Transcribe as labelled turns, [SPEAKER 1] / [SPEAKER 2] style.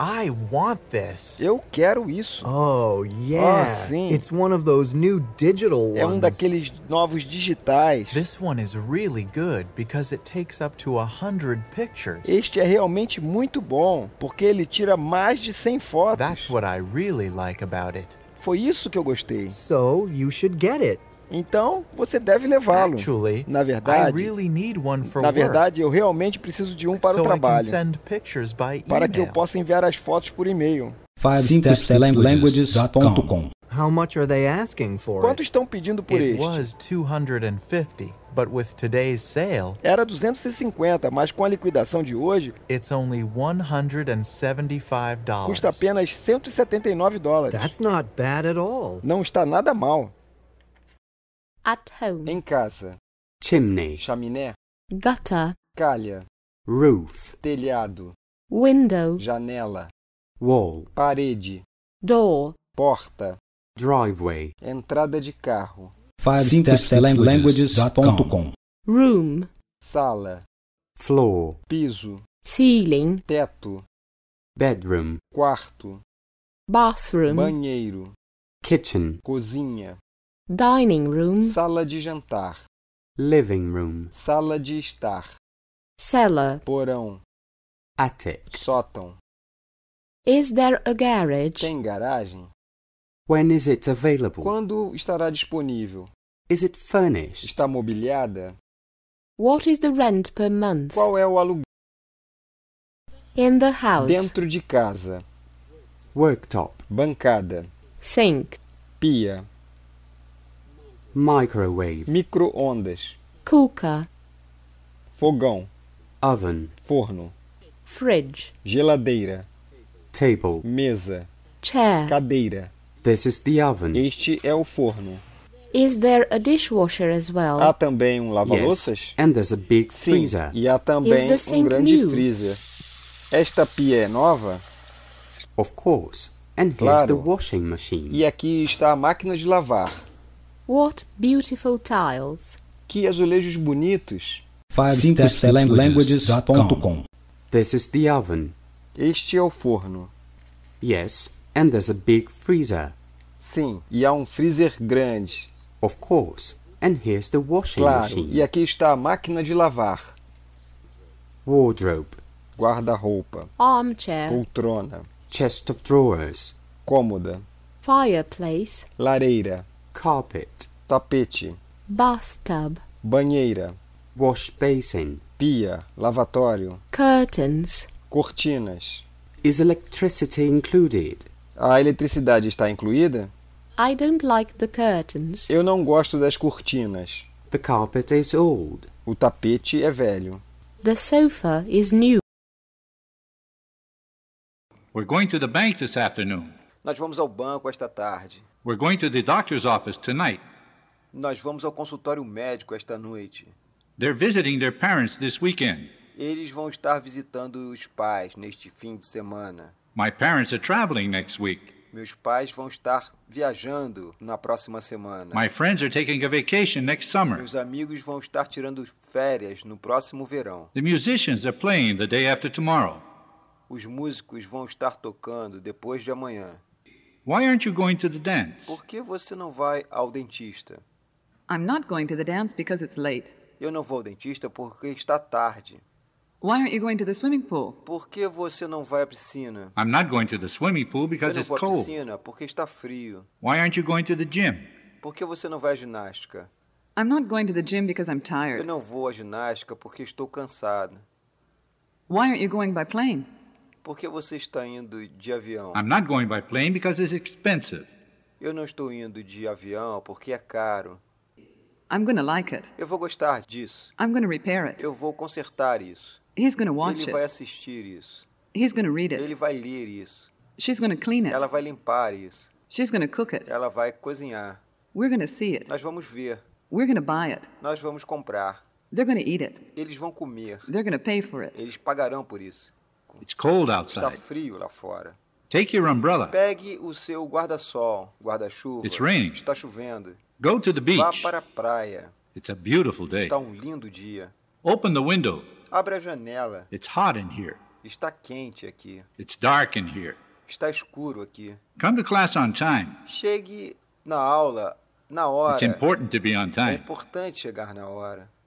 [SPEAKER 1] I want this.
[SPEAKER 2] Eu quero isso.
[SPEAKER 1] Oh, yeah.
[SPEAKER 2] Ah, sim.
[SPEAKER 1] It's one of those new digital
[SPEAKER 2] É um
[SPEAKER 1] ones.
[SPEAKER 2] daqueles novos digitais.
[SPEAKER 1] This one is really good because it takes up to a hundred pictures.
[SPEAKER 2] Este é realmente muito bom, porque ele tira mais de 100 fotos.
[SPEAKER 1] That's what I really like about it.
[SPEAKER 2] Foi isso que eu gostei.
[SPEAKER 1] So you should get it.
[SPEAKER 2] Então, você deve levá-lo.
[SPEAKER 1] Actually,
[SPEAKER 2] Na
[SPEAKER 1] I
[SPEAKER 2] verdade,
[SPEAKER 1] really need one for
[SPEAKER 2] na
[SPEAKER 1] work
[SPEAKER 2] verdade, eu realmente preciso de um para
[SPEAKER 1] so
[SPEAKER 2] o
[SPEAKER 1] I can
[SPEAKER 2] trabalho,
[SPEAKER 1] send pictures by
[SPEAKER 2] para que eu
[SPEAKER 1] email.
[SPEAKER 2] possa enviar as fotos por e-mail.
[SPEAKER 3] 5stepslanguages.com.
[SPEAKER 4] How much are they asking for
[SPEAKER 2] Quanto estão pedindo por
[SPEAKER 1] It
[SPEAKER 2] este?
[SPEAKER 1] was 250, but with today's sale,
[SPEAKER 2] Era 250, mas com a liquidação de hoje,
[SPEAKER 1] it's only $175.
[SPEAKER 2] custa apenas 179
[SPEAKER 4] it?
[SPEAKER 2] dólares.
[SPEAKER 4] That's not bad at all.
[SPEAKER 2] Não está nada mal.
[SPEAKER 5] At home.
[SPEAKER 2] Em casa,
[SPEAKER 3] Chimney.
[SPEAKER 2] chaminé,
[SPEAKER 5] Gutter.
[SPEAKER 2] calha,
[SPEAKER 3] Roof.
[SPEAKER 2] telhado,
[SPEAKER 5] Window.
[SPEAKER 2] janela,
[SPEAKER 3] Wall.
[SPEAKER 2] parede,
[SPEAKER 5] Door.
[SPEAKER 2] porta,
[SPEAKER 3] Driveway.
[SPEAKER 2] entrada de carro,
[SPEAKER 3] 5stepslanguages.com.
[SPEAKER 5] Room.
[SPEAKER 2] sala,
[SPEAKER 3] Floor.
[SPEAKER 2] piso,
[SPEAKER 5] Ceiling.
[SPEAKER 2] teto,
[SPEAKER 3] Bedroom.
[SPEAKER 2] quarto,
[SPEAKER 5] Bathroom.
[SPEAKER 2] banheiro,
[SPEAKER 3] Kitchen.
[SPEAKER 2] cozinha,
[SPEAKER 5] Dining room.
[SPEAKER 2] sala de jantar,
[SPEAKER 3] Living room.
[SPEAKER 2] sala de estar,
[SPEAKER 5] Cellar.
[SPEAKER 2] porão,
[SPEAKER 3] Attic.
[SPEAKER 2] sótão.
[SPEAKER 5] Is there a garage?
[SPEAKER 2] Tem garagem?
[SPEAKER 3] When is it available?
[SPEAKER 2] Quando estará disponível?
[SPEAKER 3] Is it furnished?
[SPEAKER 2] Está mobiliada?
[SPEAKER 5] What is the rent per month?
[SPEAKER 2] Qual é o aluguel
[SPEAKER 5] In the house.
[SPEAKER 2] dentro de casa?
[SPEAKER 3] Worktop.
[SPEAKER 2] Bancada,
[SPEAKER 5] Sink.
[SPEAKER 2] pia,
[SPEAKER 3] Microwave.
[SPEAKER 2] micro-ondas,
[SPEAKER 5] Cooker.
[SPEAKER 2] fogão,
[SPEAKER 3] Oven.
[SPEAKER 2] forno,
[SPEAKER 5] Fridge.
[SPEAKER 2] geladeira,
[SPEAKER 3] Table.
[SPEAKER 2] mesa,
[SPEAKER 5] Chair.
[SPEAKER 2] cadeira.
[SPEAKER 3] This is the oven.
[SPEAKER 2] Este é o forno.
[SPEAKER 5] Is there a dishwasher as well?
[SPEAKER 2] Há também um
[SPEAKER 3] Yes.
[SPEAKER 2] lava-louças?
[SPEAKER 3] And there's a big
[SPEAKER 2] Sim,
[SPEAKER 3] freezer.
[SPEAKER 2] e há
[SPEAKER 5] Is
[SPEAKER 2] também
[SPEAKER 5] the
[SPEAKER 2] um
[SPEAKER 5] sink
[SPEAKER 2] grande
[SPEAKER 5] new?
[SPEAKER 2] freezer. Esta pia é nova
[SPEAKER 3] Of course. And here's
[SPEAKER 2] Claro.
[SPEAKER 3] the washing machine.
[SPEAKER 2] e aqui está a máquina de lavar.
[SPEAKER 5] What beautiful tiles.
[SPEAKER 2] Que azulejos bonitos!
[SPEAKER 3] 5stepslanguages.com. This is the oven.
[SPEAKER 2] Este é o forno.
[SPEAKER 3] Yes, and there's a big freezer.
[SPEAKER 2] Sim, e há um freezer grande.
[SPEAKER 3] Of course. And here's the washing
[SPEAKER 2] Claro,
[SPEAKER 3] machine.
[SPEAKER 2] e aqui está a máquina de lavar.
[SPEAKER 3] Wardrobe.
[SPEAKER 2] Guarda-roupa,
[SPEAKER 5] Armchair.
[SPEAKER 2] poltrona,
[SPEAKER 3] Chest of drawers.
[SPEAKER 2] cômoda,
[SPEAKER 5] Fireplace.
[SPEAKER 2] lareira,
[SPEAKER 3] Carpet.
[SPEAKER 2] tapete,
[SPEAKER 5] Bathtub.
[SPEAKER 2] banheira,
[SPEAKER 3] Wash basin.
[SPEAKER 2] pia, lavatório,
[SPEAKER 5] Curtains.
[SPEAKER 2] cortinas.
[SPEAKER 3] Is electricity included?
[SPEAKER 2] A eletricidade está incluída?
[SPEAKER 5] I don't like the curtains.
[SPEAKER 2] Eu não gosto das cortinas.
[SPEAKER 3] The carpet is old.
[SPEAKER 2] O tapete é velho.
[SPEAKER 5] The sofa is new.
[SPEAKER 6] We're going to the bank this afternoon.
[SPEAKER 7] Nós vamos ao banco esta tarde.
[SPEAKER 6] We're going to the doctor's office tonight.
[SPEAKER 7] Nós vamos ao consultório médico esta noite.
[SPEAKER 6] They're visiting their parents this weekend.
[SPEAKER 7] Eles vão estar visitando os pais neste fim de semana.
[SPEAKER 6] My parents are traveling next week.
[SPEAKER 7] Meus pais vão estar viajando na próxima semana.
[SPEAKER 6] My friends are taking a vacation next summer.
[SPEAKER 7] Meus amigos vão estar tirando férias no próximo verão.
[SPEAKER 6] The musicians are playing the day after tomorrow.
[SPEAKER 7] Os músicos vão estar tocando depois de amanhã.
[SPEAKER 6] Why aren't you going to the dance?
[SPEAKER 7] Por que você não vai ao dentista?
[SPEAKER 8] I'm not going to the dance because it's late.
[SPEAKER 7] Eu não vou ao dentista porque está tarde.
[SPEAKER 8] Why aren't you going to the swimming pool?
[SPEAKER 7] Por que você não vai à piscina?
[SPEAKER 6] I'm not going to the swimming pool
[SPEAKER 7] Eu
[SPEAKER 6] because
[SPEAKER 7] não
[SPEAKER 6] it's
[SPEAKER 7] vou à
[SPEAKER 6] cold.
[SPEAKER 7] piscina porque está frio.
[SPEAKER 6] Why aren't you going to the gym?
[SPEAKER 7] Por que você não vai à ginástica?
[SPEAKER 8] I'm not going to the gym because I'm
[SPEAKER 7] Eu
[SPEAKER 8] tired.
[SPEAKER 7] não vou à ginástica porque estou cansado.
[SPEAKER 8] Why aren't you going by plane?
[SPEAKER 7] Por que você está indo de avião?
[SPEAKER 6] I'm not going by plane because it's expensive.
[SPEAKER 7] Eu não estou indo de avião porque é caro.
[SPEAKER 8] I'm going to like it.
[SPEAKER 7] Eu vou gostar disso.
[SPEAKER 8] I'm going to repair it.
[SPEAKER 7] Eu vou consertar isso.
[SPEAKER 8] He's going to watch
[SPEAKER 7] Ele vai
[SPEAKER 8] it.
[SPEAKER 7] assistir isso.
[SPEAKER 8] He's going to read
[SPEAKER 7] Ele
[SPEAKER 8] it.
[SPEAKER 7] vai ler isso.
[SPEAKER 8] She's going to clean it.
[SPEAKER 7] Ela vai limpar isso.
[SPEAKER 8] She's going to cook it.
[SPEAKER 7] Ela vai cozinhar.
[SPEAKER 8] We're going to see it.
[SPEAKER 7] Nós vamos ver.
[SPEAKER 8] We're going to buy it.
[SPEAKER 7] Nós vamos comprar.
[SPEAKER 8] They're going to eat it.
[SPEAKER 7] Eles vão comer.
[SPEAKER 8] They're going to pay for it.
[SPEAKER 7] Eles pagarão por isso.
[SPEAKER 6] It's cold
[SPEAKER 7] Está
[SPEAKER 6] outside.
[SPEAKER 7] frio lá fora.
[SPEAKER 6] Take your umbrella.
[SPEAKER 7] Pegue o seu guarda-sol, guarda-chuva.
[SPEAKER 6] It's raining.
[SPEAKER 7] Está chovendo.
[SPEAKER 6] Go to the
[SPEAKER 7] Vá
[SPEAKER 6] beach.
[SPEAKER 7] para a praia.
[SPEAKER 6] It's a beautiful day.
[SPEAKER 7] Está um lindo dia.
[SPEAKER 6] Open the window.
[SPEAKER 7] Abra a janela.
[SPEAKER 6] It's hot in here.
[SPEAKER 2] Está quente aqui.
[SPEAKER 6] It's dark in here.
[SPEAKER 2] Está escuro aqui.
[SPEAKER 6] Come to class on time.
[SPEAKER 2] Chegue na aula, na hora.
[SPEAKER 6] It's important to be
[SPEAKER 2] É
[SPEAKER 6] on time.
[SPEAKER 2] importante chegar na hora.